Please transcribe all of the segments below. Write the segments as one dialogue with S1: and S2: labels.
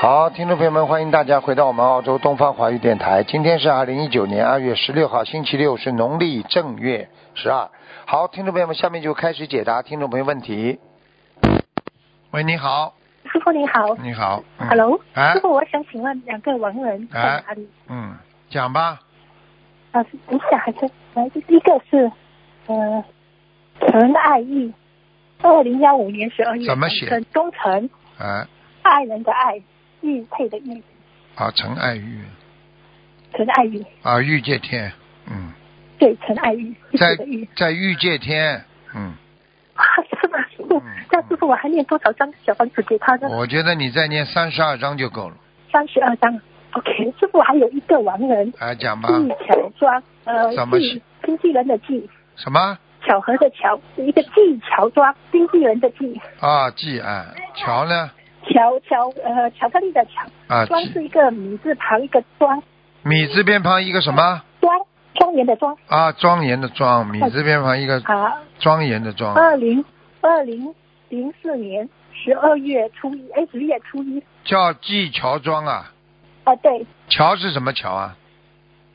S1: 好，听众朋友们，欢迎大家回到我们澳洲东方华语电台。今天是二零一九年二月十六号，星期六，是农历正月十二。好，听众朋友们，下面就开始解答听众朋友问题。喂，你好，
S2: 师傅你好、
S1: 你好、嗯
S2: h e l l o
S1: 哎
S2: 师傅，我想请问两个亡人在
S1: 哎
S2: 哪里？
S1: 嗯，讲吧，
S2: 啊，是等一下还是来，一个是呃陈爱义，二零幺五年十二月
S1: 怎么写
S2: 出生？忠诚，
S1: 哎，
S2: 爱人的爱，玉佩的玉，
S1: 啊，陈爱玉，
S2: 陈爱玉，
S1: 啊，玉界天，嗯，
S2: 对，陈爱玉，玉佩
S1: 在
S2: 的玉。
S1: 在玉界天，嗯，
S2: 啊，是吗？师傅
S1: 嗯
S2: 那师傅我还念多少张小房子给他呢？
S1: 我觉得你再念三十二章就够了，
S2: 三十二张。OK，师傅还有一个亡人，
S1: 哎，讲吧，
S2: 季巧庄，呃，
S1: 怎么写
S2: 季经纪人的季，
S1: 什么
S2: 巧合的巧，是一个季乔装，经纪人的季，
S1: 啊，季安，乔呢？
S2: 乔乔呃巧克力的巧，
S1: 啊，
S2: 庄
S1: 季
S2: 是一个米字旁一个庄，
S1: 米字边旁一个什么？
S2: 庄庄严的庄
S1: 啊，庄严的
S2: 嗯
S1: 庄，米字边旁一个
S2: 啊。
S1: 庄严的庄，
S2: 二零二零零四年十二月初一，哎，十月初一，
S1: 叫季乔庄啊。
S2: 啊对，
S1: 乔是什么乔啊？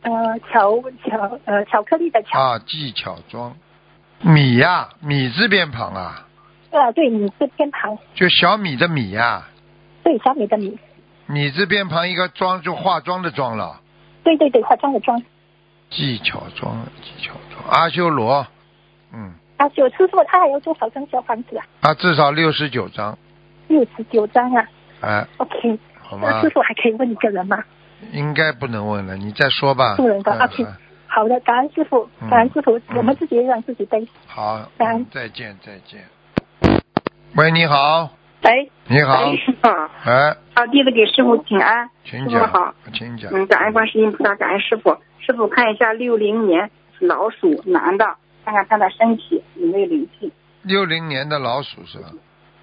S2: 呃巧巧呃巧克力的巧，
S1: 啊，季乔庄。米呀、米字边旁啊，
S2: 啊对，米字偏旁，
S1: 就小米的米呀、
S2: 对小米的米，
S1: 米字边旁一个庄就化妆的妆了。
S2: 对对对，化妆的妆。
S1: 季乔庄，季乔庄，阿修罗，嗯，
S2: 啊，九师傅他还有多少张小房子啊？
S1: 啊，至少六十九张，
S2: 六十九张啊。
S1: 哎，
S2: OK，
S1: 好
S2: 那
S1: 吗
S2: 师？傅还可以问一个人吗？
S1: 应该不能问了，你再说吧。
S2: 不能吧
S1: 嗯
S2: ？OK，
S1: 嗯
S2: 好的，感恩师傅，
S1: 嗯
S2: 感恩师傅，
S1: 嗯
S2: 我们自己也让自己背。
S1: 好，
S2: 感恩
S1: 嗯再见，再见。喂，你好，
S3: 哎，
S1: 你好
S3: 哎，，师傅，
S1: 哎，
S3: 啊，弟子给师傅请安，
S1: 请
S3: 师傅
S1: 讲
S3: 好，
S1: 请讲。
S3: 嗯，感恩观世音菩萨，感恩师傅，师傅看一下六零年属老鼠男的，看看他的身体有没有灵性。
S1: 六零年的老鼠是吧？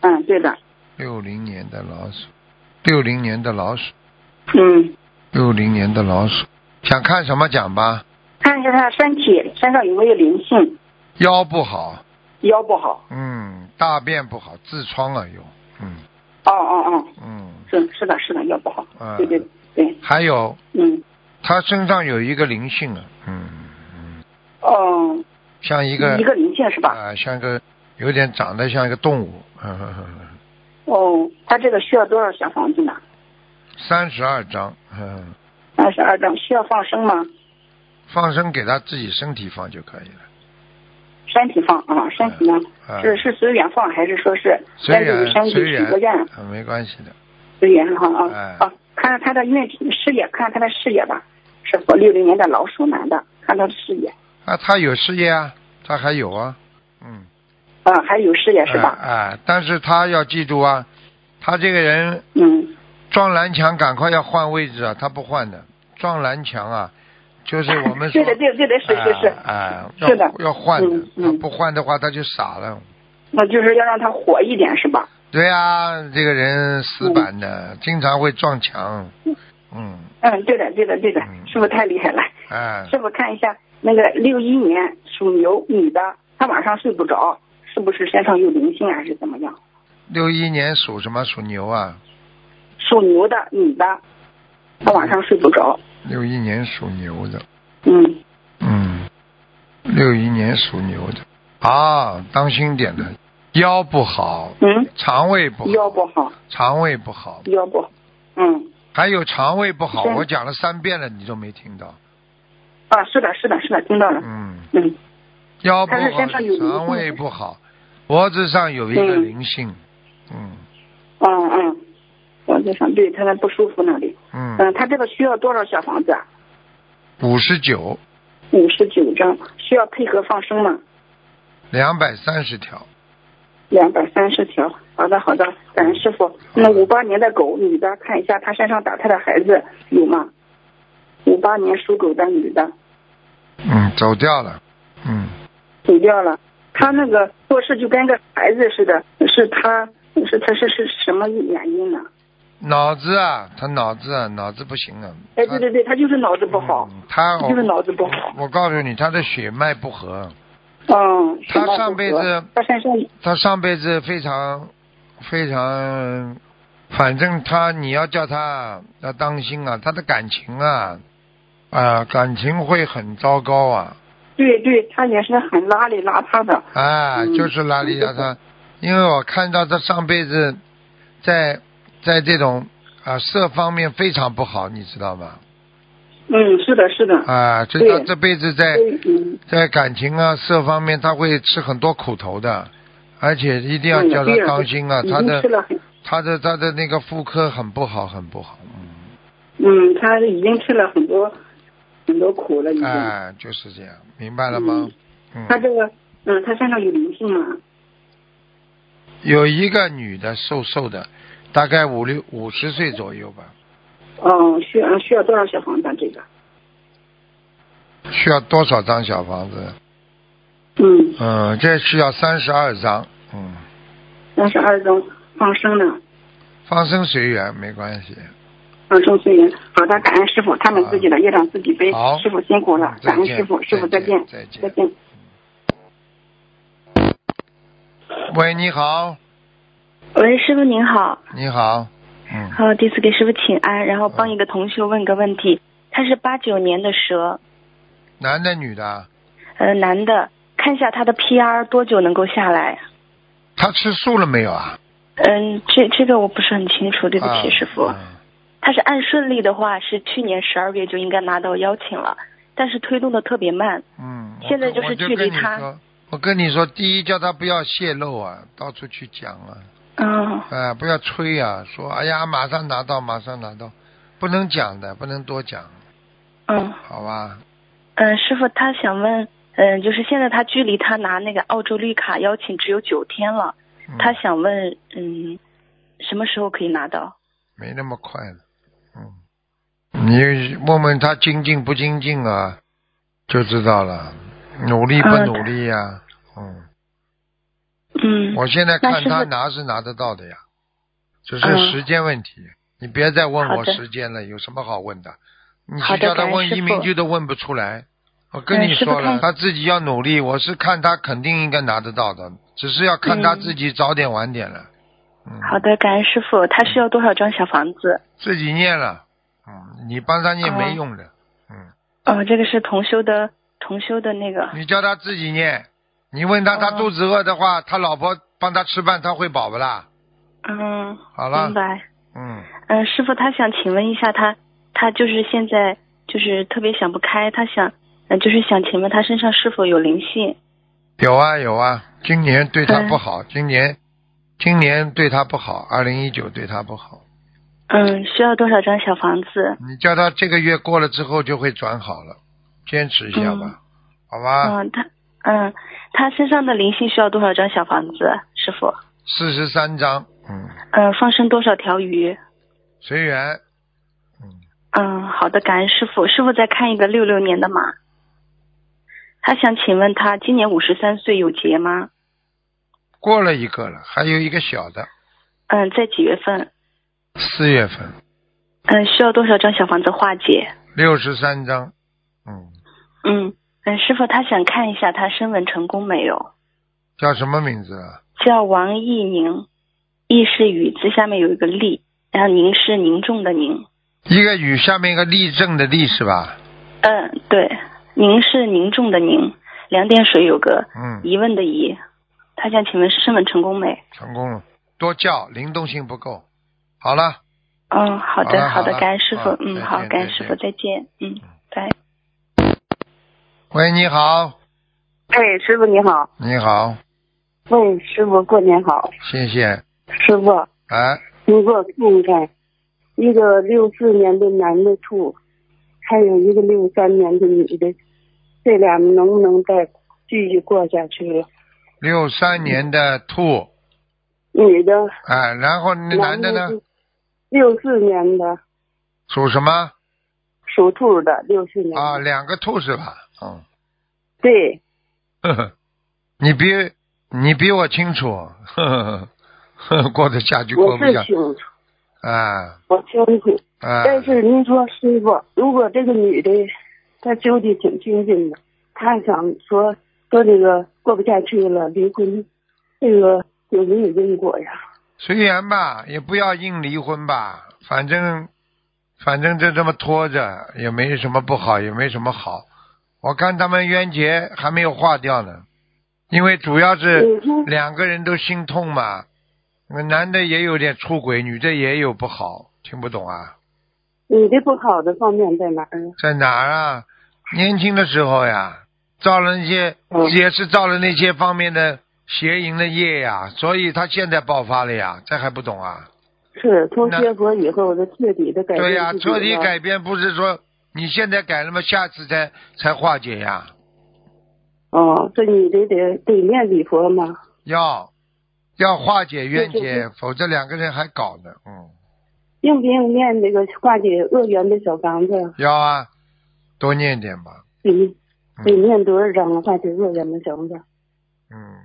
S3: 嗯，对的，
S1: 六零年的老鼠，六零年的老鼠，
S3: 嗯，
S1: 六零年的老鼠，想看什么讲吧？
S3: 看一下他的身体身上有没有灵性，
S1: 腰不好，
S3: 腰不好。
S1: 嗯，大便不好，痔疮啊有，嗯
S3: 哦哦哦，
S1: 嗯，
S3: 是是的，是的，腰不好。
S1: 嗯
S3: 对对对，
S1: 还有
S3: 嗯，
S1: 他身上有一个灵性啊，嗯嗯，
S3: 哦，
S1: 像一
S3: 一
S1: 个
S3: 灵性是吧？
S1: 啊、像个有点长得像一个动物，嗯，
S3: 哦，他这个需要多少小房子呢？
S1: 三十二张，嗯，
S3: 二十二张，需要放生吗？
S1: 放生给他自己身体放就可以了，
S3: 身体放啊，身体呢
S1: 嗯
S3: 是是随缘放还是说是
S1: 随
S3: 在自己
S1: 缘
S3: 身体
S1: 随
S3: 许
S1: 缘
S3: 个愿，
S1: 啊没关系的，
S3: 随缘哈
S1: 哎
S3: 啊啊，看看他的运气事业，看看他的事业吧，是否六零年的老鼠男的，看他的事业
S1: 啊，他有事业啊，他还有啊，嗯。
S3: 啊，还有事业是吧？
S1: 哎、哎但是他要记住啊，他这个人
S3: 嗯，
S1: 撞南墙，赶快要换位置啊，他不换的。撞南墙啊，就是我 们说，
S3: 对的对的对的是
S1: 哎
S3: 是是，
S1: 哎，
S3: 是的
S1: 要要换的
S3: 嗯，嗯
S1: 他不换的话他就傻了。
S3: 那就是要让他火一点是吧？
S1: 对啊，这个人死板的，经常会撞墙。嗯，
S3: 嗯，对的对的对的
S1: 嗯，
S3: 师傅太厉害了，
S1: 哎，
S3: 师傅看一下那个六一年属牛女的，她晚上睡不着，是不是身上有灵性啊还是怎么样？
S1: 六一年属什么？属牛啊。
S3: 属牛的女的，她晚上睡不着。
S1: 六一年属牛的，
S3: 嗯，
S1: 嗯，六一年属牛的啊，当心点的，腰不好，
S3: 嗯，
S1: 肠胃不好，
S3: 腰不好，
S1: 肠胃不好，
S3: 腰不好，嗯，
S1: 还有肠胃不好，
S3: 对
S1: 我讲了三遍了，你都没听到。
S3: 啊，是的，是的，是的，听到了，
S1: 嗯，
S3: 嗯，
S1: 腰不好，
S3: 但是身上有灵性
S1: 肠胃不好，脖子上有一个
S3: 嗯
S1: 灵性。嗯
S3: 嗯嗯，脖子上对，他那不舒服那里，
S1: 嗯，
S3: 嗯，他这个需要多少小房子啊？
S1: 五十九，
S3: 五十九张，需要配合放生吗？
S1: 两百三十条，
S3: 两百三十条，好的好的，感恩师傅。
S1: 嗯
S3: 那五八年的狗女的，看一下她身上打胎的孩子有吗？五八年属狗的女的
S1: 嗯，走掉了。嗯，
S3: 走掉了，她那个做事就跟个孩子似的，是她是她是是什么原因呢？
S1: 脑子啊，他脑子啊，脑子不行啊。
S3: 哎，对对对，他就是脑子不好，
S1: 嗯他
S3: 他就是脑子不好。
S1: 我告诉你，他的血脉不和，
S3: 嗯，
S1: 他
S3: 什么
S1: 上辈
S3: 不合
S1: 子
S3: 他身上
S1: 他上辈子非常非常反正他你要叫他要当心啊，他的感情啊啊、感情会很糟糕啊
S3: 对对，他也是很邋里邋遢的。
S1: 啊，
S3: 嗯
S1: 就是拉里邋遢，因为我看到他上辈子在在这种啊色方面非常不好，你知道吗？
S3: 嗯，是的，是的。
S1: 啊，所以他
S3: 对
S1: 这辈子在
S3: 对，嗯，
S1: 在感情啊色方面他会吃很多苦头的，而且一定要
S3: 嗯
S1: 叫
S3: 对
S1: 他
S3: 呀
S1: 当心啊，
S3: 已
S1: 他
S3: 经
S1: 的
S3: 吃了很，
S1: 他的他的那个妇科很不好，很不好，嗯，
S3: 嗯，他已经吃了很多很多苦了，已经。
S1: 哎，就是这样，明白了吗？嗯，
S3: 嗯他这个，嗯，他身上有灵性吗？
S1: 有一个女的，瘦瘦的，大概五六五十岁左右吧，
S3: 哦，需要需要多少小房子啊？这个？
S1: 需要多少张小房子？
S3: 嗯，
S1: 嗯，这需要三十二张，嗯，
S3: 三十二中放生呢，
S1: 放生随缘，没关系。
S3: 放生随缘。好的，感恩师傅，他们自己的业障自己背
S1: 好。
S3: 哎师傅辛苦了
S1: 嗯，
S3: 感恩
S1: 再见
S3: 师傅，师傅
S1: 再
S3: 再
S1: 见
S3: 见，
S1: 再见
S3: 再见。
S1: 喂，你好，
S4: 喂，师傅您好，
S1: 你好，嗯，
S4: 好，弟子给师傅请安，然后
S1: 嗯
S4: 帮一个同学问个问题，他是八九年的蛇，
S1: 男的啊女的？
S4: 呃，男的，看一下他的 PR 多久能够下来？
S1: 他吃素了没有啊？
S4: 嗯，这这个我不是很清楚，对不起，
S1: 啊
S4: 师傅。
S1: 嗯
S4: 他是按顺利的话，是去年十二月就应该拿到邀请了，但是推动的特别慢。
S1: 嗯，我
S4: 现在
S1: 跟
S4: 就是
S1: 我就
S4: 距
S1: 跟
S4: 离
S1: 你
S4: 他
S1: 说，我跟你说，第一叫他不要泄露啊，到处去讲啊，
S4: 嗯
S1: 啊、不要吹啊，说哎呀，马上拿到，马上拿到，不能讲的，不能多讲，
S4: 嗯
S1: 好吧？
S4: 嗯，师傅他想问，嗯、就是现在他距离他拿那个澳洲绿卡邀请只有九天了，
S1: 嗯、
S4: 他想问，嗯，什么时候可以拿到？
S1: 没那么快了，嗯，你问问他精进不精进啊，就知道了，努力不
S4: 嗯
S1: 努力呀、嗯，
S4: 嗯，
S1: 我现在
S4: 那
S1: 看
S4: 师
S1: 他
S4: 傅
S1: 拿是拿得到的呀，只
S4: 嗯
S1: 是时间问题。你别再问
S4: 好
S1: 我
S4: 的
S1: 时间了，有什么好问的？你
S4: 好
S1: 去
S4: 的
S1: 叫他
S4: 感恩
S1: 问
S4: 师
S1: 移民
S4: 傅
S1: 局都问不出来。我跟
S4: 嗯
S1: 你
S4: 师傅
S1: 说了，
S4: 看
S1: 他自己要努力。我是看他肯定应该拿得到的，只是要看他
S4: 嗯
S1: 自己早点晚点了。嗯，
S4: 好的，感恩师傅。他需要多少张小房子？
S1: 自己念了，嗯，你帮他念没
S4: 哦
S1: 用的，嗯，
S4: 哦，这个是同修的，同修的那个。
S1: 你叫他自己念。你问他，他
S4: 哦
S1: 肚子饿的话，他老婆帮他吃饭，他会饱不啦？
S4: 嗯，
S1: 好了
S4: 明，白。
S1: 嗯，
S4: 嗯，师傅他想请问一下他，他就是现在就是特别想不开，他想，嗯、就是想请问他身上是否有灵性？
S1: 有啊有啊，今年对他
S4: 嗯
S1: 不好，今年今年对他不好，二零一九对他不好。
S4: 嗯，需要多少张小房子？
S1: 你叫他这个月过了之后就会转好了，坚持一下吧，嗯好吧？
S4: 嗯，他嗯，他身上的灵性需要多少张小房子？师傅，
S1: 四十三章，嗯，
S4: 嗯，放生多少条鱼？
S1: 随缘。
S4: 嗯，好的，感恩师傅。师傅再看一个六六年的马，他想请问他今年五十三岁有结吗？
S1: 过了一个了，还有一个小的，
S4: 嗯，在几月份？
S1: 四月份
S4: 嗯，需要多少张小房子化解？
S1: 六十三章，嗯，
S4: 嗯嗯，师傅他想看一下他升文成功没有？
S1: 叫什么名字啊？
S4: 叫王义宁，义是雨字下面有一个立，然后宁是凝重的凝。
S1: 一个雨下面一个立正的立是吧？
S4: 嗯，对，宁是凝重的凝，两点水有个
S1: 嗯，
S4: 疑问的疑。他想请问是升文成功没？
S1: 成功了，多叫，灵动性不够。好了。
S4: 嗯，好
S1: 好了
S4: 的，好
S1: 好了
S4: 的，感恩师傅
S1: 啊，
S4: 嗯，
S1: 再
S4: 好
S1: 见，
S4: 感恩
S1: 再
S4: 师傅，再见，嗯，拜。
S1: 喂，你好，
S5: 哎，师傅你好。
S1: 你好，
S5: 喂，师傅过年好。
S1: 谢谢。
S5: 师傅，
S1: 哎，
S5: 你给我看一看，一个六四年的男的兔，还有一个六三年的女的，这俩能不能再继续过下去？
S1: 六三年的兔，
S5: 女的，
S1: 哎，然后那男的呢？
S5: 是？六四年的
S1: 属什么？
S5: 属兔的，六四年的
S1: 啊，两个兔是吧？嗯，
S5: 对，
S1: 呵呵，你比你比我清楚， 呵呵呵呵，过得下去过
S5: 我
S1: 不
S5: 是
S1: 下
S5: 清楚，
S1: 啊
S5: 我清楚。
S1: 啊！
S5: 但是您说师傅，如果这个女的她纠结挺精进的，她想说说这个过不下去了，离婚，这个有没有因果呀？
S1: 随缘吧，也不要硬离婚吧，反正反正就这么拖着，也没什么不好，也没什么好。我看他们冤结还没有化掉呢，因为主要是两个人都心痛嘛，那男的也有点出轨，女的也有不好，听不懂啊？
S5: 你的不好的方面在哪儿啊？
S1: 在哪儿啊？年轻的时候呀，造了那些
S5: 嗯
S1: 也是造了那些方面的邪淫的业呀，所以他现在爆发了呀，这还不懂啊？
S5: 是从
S1: 那
S5: 学佛以后，我就彻底的改变
S1: 对呀、
S5: 自己
S1: 彻底
S5: 了
S1: 改变不是说你现在改了嘛，下次才才化解呀。
S5: 哦，这你得得得念礼佛嘛。
S1: 要要化解冤
S5: 对对
S1: 结，否则两个人还搞呢。嗯，
S5: 用不用念那个化解恶缘的小房子？
S1: 要啊，多念点吧。
S5: 得得
S1: 嗯
S5: 念多少章啊？化解恶缘的小房子？
S1: 嗯，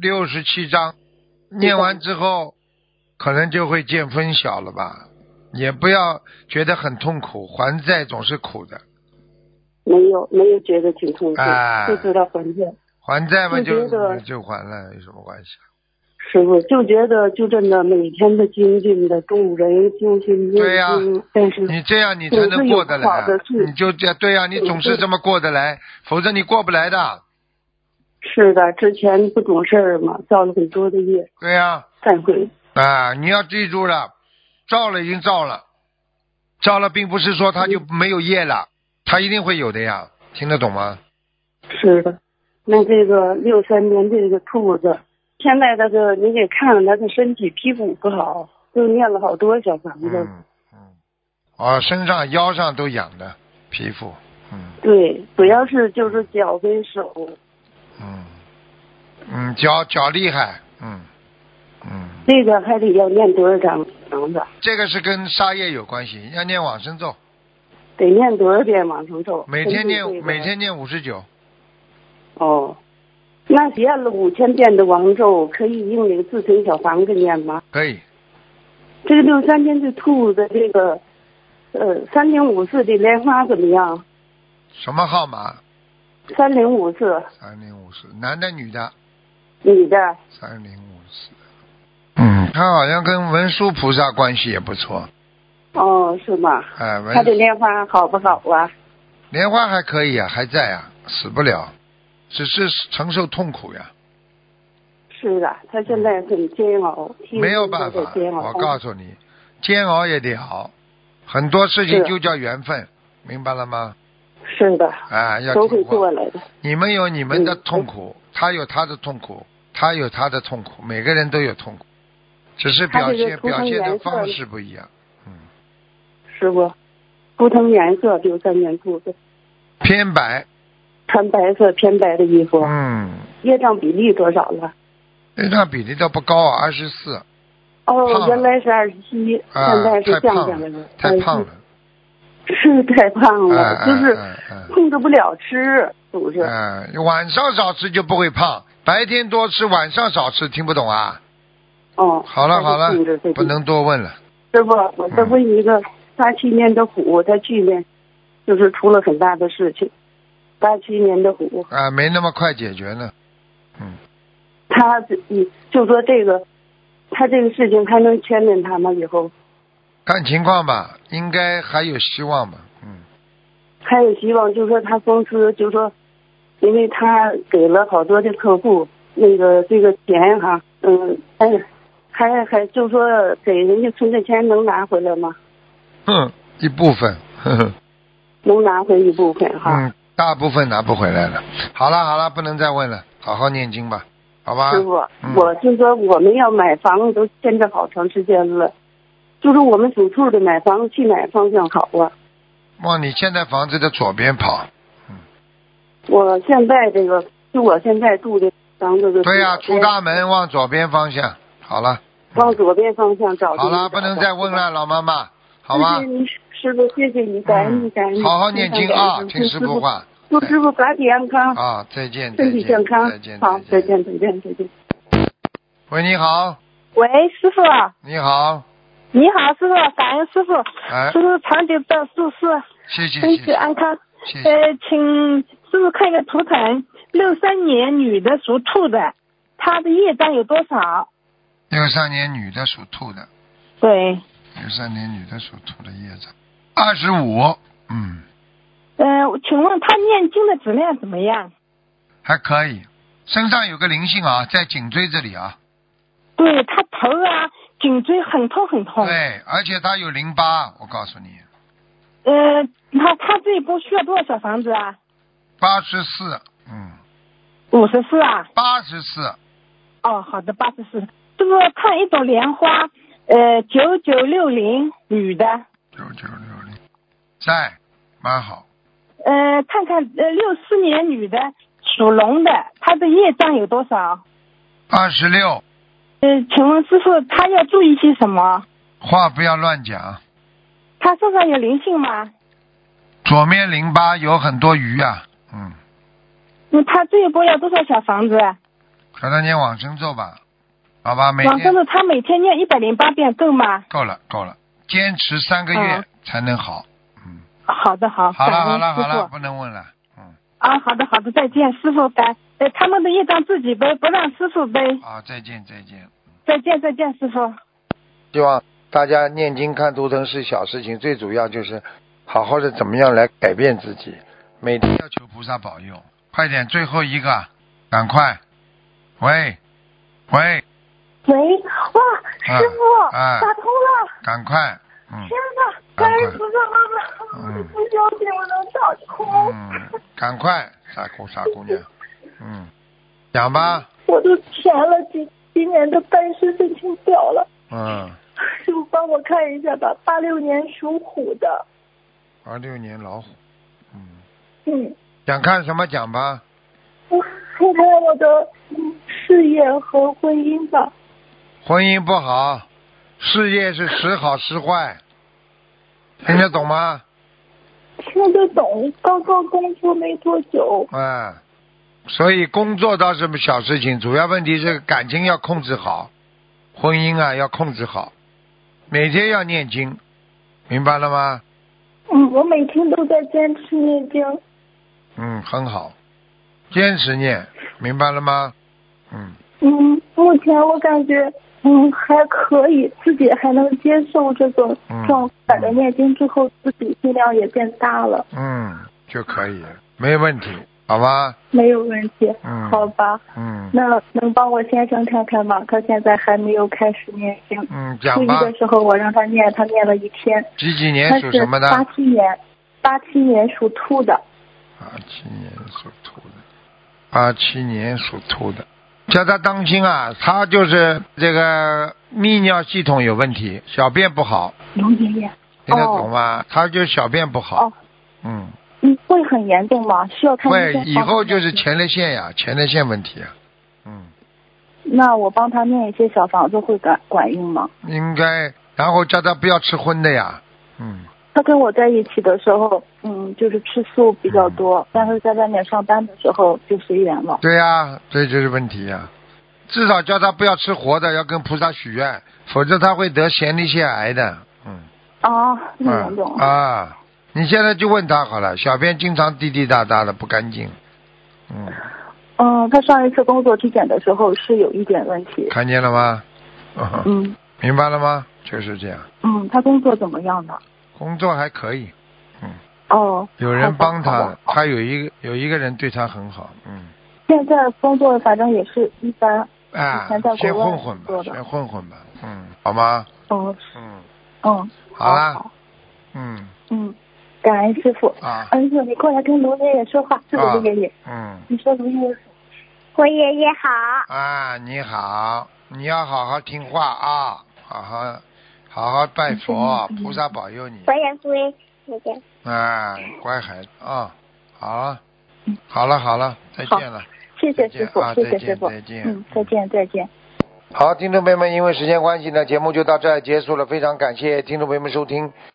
S1: 六十七章，念完之后可能就会见分晓了吧。也不要觉得很痛苦，还债总是苦的，
S5: 没有没有觉得挺痛苦，
S1: 哎
S5: 就知道还债。
S1: 还债嘛就
S5: 就觉得
S1: 就还了，有什么关系啊？
S5: 师傅就觉得就这么每天的精进的度人修心
S1: 对呀
S5: 念经，但是
S1: 你这样你才能过得来啊
S5: 总是有不好的，事
S1: 你就这对呀、啊你总是这么过得来，否则你过不来的。
S5: 是的，之前不懂事儿嘛，造了很多的业，
S1: 对呀、
S5: 忏悔。
S1: 啊，你要记住了，造了已经造了，造了并不是说它就没有业了，它一定会有的呀，听得懂吗？
S5: 是的，那这个六三年这个兔子，现在这个你给看看他的身体皮肤不好，就念了好多小房子。
S1: 嗯嗯，啊，身上腰上都痒的，皮肤，嗯
S5: 对，主要是就是脚跟手，
S1: 嗯嗯，脚脚厉害，嗯嗯，
S5: 这个还得要念多少张房子？
S1: 这个是跟沙业有关系，要念往生咒，
S5: 得念多少遍往生咒？
S1: 每天念
S5: 根据这个
S1: 每天念五十九。
S5: 哦。那念了五千遍的王咒，可以用那个自存小房子念吗？
S1: 可以，
S5: 这个六三年的兔子，这个，呃，三零五四的莲花怎么样？
S1: 什么号码？
S5: 三零五四，
S1: 三零五四，男的女的？
S5: 女的，
S1: 三零五四。嗯，他好像跟文殊菩萨关系也不错，
S5: 哦，是吗？
S1: 哎，文
S5: 他的莲花好不好啊？
S1: 莲花还可以啊，还在啊，死不了，只是承受痛苦呀，
S5: 是的，他现在很煎熬，
S1: 没有办法。我告
S5: 诉
S1: 诉你，煎熬也得熬，很多事情
S5: 是
S1: 就叫缘分，明白了吗？
S5: 是的，
S1: 啊，要
S5: 都会
S1: 听
S5: 过
S1: 话。
S5: 来的。
S1: 你们有你们的
S5: 嗯
S1: 痛苦，他有他的痛苦，他有他的痛苦，每个人都有痛苦，只是
S5: 他
S1: 表
S5: 这
S1: 现
S5: 个图腾
S1: 表现的
S5: 颜色
S1: 方式不一样。嗯。
S5: 师傅，不同颜色六三年兔子，
S1: 偏白，
S5: 穿白色偏白的衣服，
S1: 嗯，哎
S5: 业障比例多少了？
S1: 那张比例倒不高啊，二十四，胖
S5: 哦
S1: 了，
S5: 原来是二十七，
S1: 啊
S5: 现在，是
S1: 太
S5: 降
S1: 胖
S5: 下来哎
S1: 了，太胖了，
S5: 是太
S1: 嗯
S5: 胖了，就
S1: 嗯
S5: 是
S1: 嗯
S5: 控制不了吃，是不是？
S1: 嗯，嗯晚上少吃就不会胖，白天多吃，晚上少吃，听不懂啊？
S5: 哦，
S1: 好了好了
S5: 控制自，己
S1: 不能多问了，
S5: 师傅，我再问一个，八七年的虎，他去年就是出了很大的事情。八七年的虎，
S1: 啊，没那么快解决呢，嗯，
S5: 他你就说这个，他这个事情还能牵连他吗？以后
S1: 看情况吧，应该还有希望吧，嗯，
S5: 还有希望？就说他公司，就说，因为他给了好多的客户那个这个钱哈，嗯，哎，还还就说给人家存的钱能拿回来吗？
S1: 哼，一部分，呵呵，
S5: 能拿回一部分哈。
S1: 嗯，大部分拿不回来了。好了好了，不能再问了，好好念经吧，好吧？
S5: 师傅，
S1: 嗯
S5: 我就说我们要买房都牵着好长时间了，就是我们属兔的买房去哪方向好啊？
S1: 往你现在房子的左边跑。
S5: 我现在这个就我现在住的房子就是
S1: 对呀、
S5: 左
S1: 出
S5: 边
S1: 大门往左边方向。好了，
S5: 往左边方向找。
S1: 好了，不能再问。了，老妈妈，好吧
S5: 谢谢？您师傅，谢谢你，感恩你，
S1: 嗯
S5: 感恩你。
S1: 好好念经啊，
S5: 非常感恩
S1: 听师傅。话。
S5: 祝师傅法体安康，
S1: 啊，再见，再
S5: 身体
S1: 见，
S5: 健康
S1: 再见，。
S5: 好，再。见，再见，再见。
S1: 喂，你好，
S6: 喂，师傅，
S1: 你好，
S6: 你好，师傅，感恩师傅，
S1: 哎
S6: 师，傅长久的祝寿，
S1: 谢谢，
S6: 身
S1: 谢
S6: 体
S1: 谢，
S6: 安康。
S5: 嗯
S1: 谢谢。
S6: 呃，请师傅看一个图腾，六三年女的属兔的，她的业障有多少？
S1: 六三年女的属兔的，
S5: 对，
S1: 六三年女的属兔的业障，二十五，嗯，
S5: 嗯、我请问他念经的质量怎么样？
S1: 还可以，身上有个灵性啊，在颈椎这里啊，
S5: 对他头啊、颈椎很痛很痛。
S1: 对，而且她有淋巴，我告诉你，
S5: 呃，他他这一波需要多少小房子啊？
S1: 八十四，嗯，
S5: 五十四啊？
S1: 八十四，
S5: 哦，好的，八十四。师傅看一朵莲花，呃，九九六零女的，
S1: 九九六零，在，蛮好，
S5: 呃，看看呃六四年女的属龙的，她的业障有多少？
S1: 二十六，
S5: 呃，请问师傅她要注意些什么？
S1: 话不要乱讲，
S5: 她身上有灵性吗？
S1: 左面淋巴有很多鱼啊，嗯，
S5: 那她这一波要多少小房子？
S1: 叫她念往生咒吧，好吧，每
S5: 往
S1: 天
S5: 生咒她每天念一百零八遍够吗？
S1: 够了够了，坚持三个
S5: 嗯
S1: 月才能好，嗯，
S5: 好的，好，
S1: 好了
S5: 感
S1: 好
S5: 恩
S1: 了好
S5: 师傅
S1: 了，不能问了，嗯，
S5: 啊，好的好的，再见，师傅感，呃，他们的业障自己背，不让师傅背。
S1: 好，再见再见。
S5: 再见再见，师傅。
S1: 希望大家念经看图腾是小事情，最主要就是好好的怎么样来改变自己，每天要求菩萨保佑。快点，最后一个，赶快！喂，喂，
S2: 喂，哇，师傅、
S1: 啊啊
S2: 打通了，
S1: 赶快！嗯
S2: 天哪！
S1: 赶
S2: 感
S1: 快
S2: 恩菩萨妈妈，
S1: 嗯
S2: 不相信我能打通。
S1: 嗯，赶快，傻姑傻姑娘，嗯，讲吧，
S2: 我都填了今今年的拜师申请表了，
S1: 嗯，
S2: 师傅帮我看一下吧。八六年属虎的，
S1: 二六年老虎，嗯，
S2: 嗯，
S1: 想看什么讲吧，
S2: 我看看我的嗯事业和婚姻吧。
S1: 婚姻不好，事业是时好时坏，听得懂吗？
S2: 听得懂，刚刚工作没多久，
S1: 嗯，所以工作倒是小事情，主要问题是感情要控制好，婚姻啊要控制好，每天要念经，明白了吗？
S2: 嗯，我每天都在坚持念经。
S1: 嗯，很好，坚持念，明白了吗？嗯，
S2: 嗯，目前我感觉嗯还可以，自己还能接受这种
S1: 嗯
S2: 状态的。念经之后，自己力量也变大了，
S1: 嗯，就可以，没问题，好吧？
S2: 没有问题。
S1: 嗯
S2: 好吧，
S1: 嗯
S2: 那能帮我先生看看吗？他现在还没有开始念经。
S1: 嗯，
S2: 初
S1: 讲
S2: 一
S1: 吧。
S2: 的时候我让他念，他念了一天。
S1: 几几年
S2: 他
S1: 属
S2: 是
S1: 什么的？
S2: 八七年，八七年属兔的。
S1: 八啊七年属兔的，八七年属兔的，叫他当心啊，他就是这个泌尿系统有问题，小便不好，
S2: 刘爷爷，
S1: 听得懂吗？他就小便不好，
S2: 哦
S1: 嗯，
S2: 嗯，会很严重吗？需要看医
S1: 会
S2: 生吗。
S1: 以后就是前列腺呀，前列腺问题啊，嗯，
S2: 那我帮他念一些小房子会管管用吗？
S1: 应该，然后叫他不要吃荤的呀，嗯，
S2: 他跟我在一起的时候，嗯，就是吃素比较
S1: 嗯
S2: 多，但是在外面上班的时候就随缘了。
S1: 对呀、这就是问题呀、至少叫他不要吃活的，要跟菩萨许愿，否则他会得前列腺癌的，嗯。
S2: 啊，那严重。
S1: 啊，你现在就问他好了，小便经常滴滴答答的不干净，嗯，
S2: 嗯，他上一次工作体检的时候是有一点问题。
S1: 看见了吗？嗯，
S2: 嗯
S1: 明白了吗？就是这样，
S2: 嗯，他工作怎么样呢？
S1: 工作还可以，嗯
S2: 哦，
S1: 有人帮
S2: 好
S1: 他
S2: 吧，好吧
S1: 他有一个有一个人对他很好，嗯，
S2: 现在工作反正也是一般。
S1: 啊
S2: 以前在，
S1: 先
S2: 国外
S1: 混混吧，
S2: 做的
S1: 先混混吧，嗯，好吗？
S2: 哦，
S1: 嗯，
S2: 嗯，
S1: 好啦，
S2: 好
S1: 嗯
S2: 嗯，感恩师傅。
S1: 啊，
S2: 哎呦，你过来跟卢爷爷说话，是
S1: 啊
S2: 卢爷爷，
S1: 嗯
S2: 你说卢爷爷。
S7: 我爷爷好，
S1: 啊，你好，你要好好听话啊，好好好好拜佛，菩萨保佑你。
S7: 我也归那个。
S1: 啊，乖孩子啊，好了，好了好了，再见了。
S2: 谢谢师傅
S1: 再见啊，
S2: 谢
S1: 再见
S2: 谢师傅，
S1: 再见
S2: 嗯，再见，再见。
S1: 好，听众朋友们，因为时间关系呢，节目就到这儿结束了。非常感谢听众朋友们收听。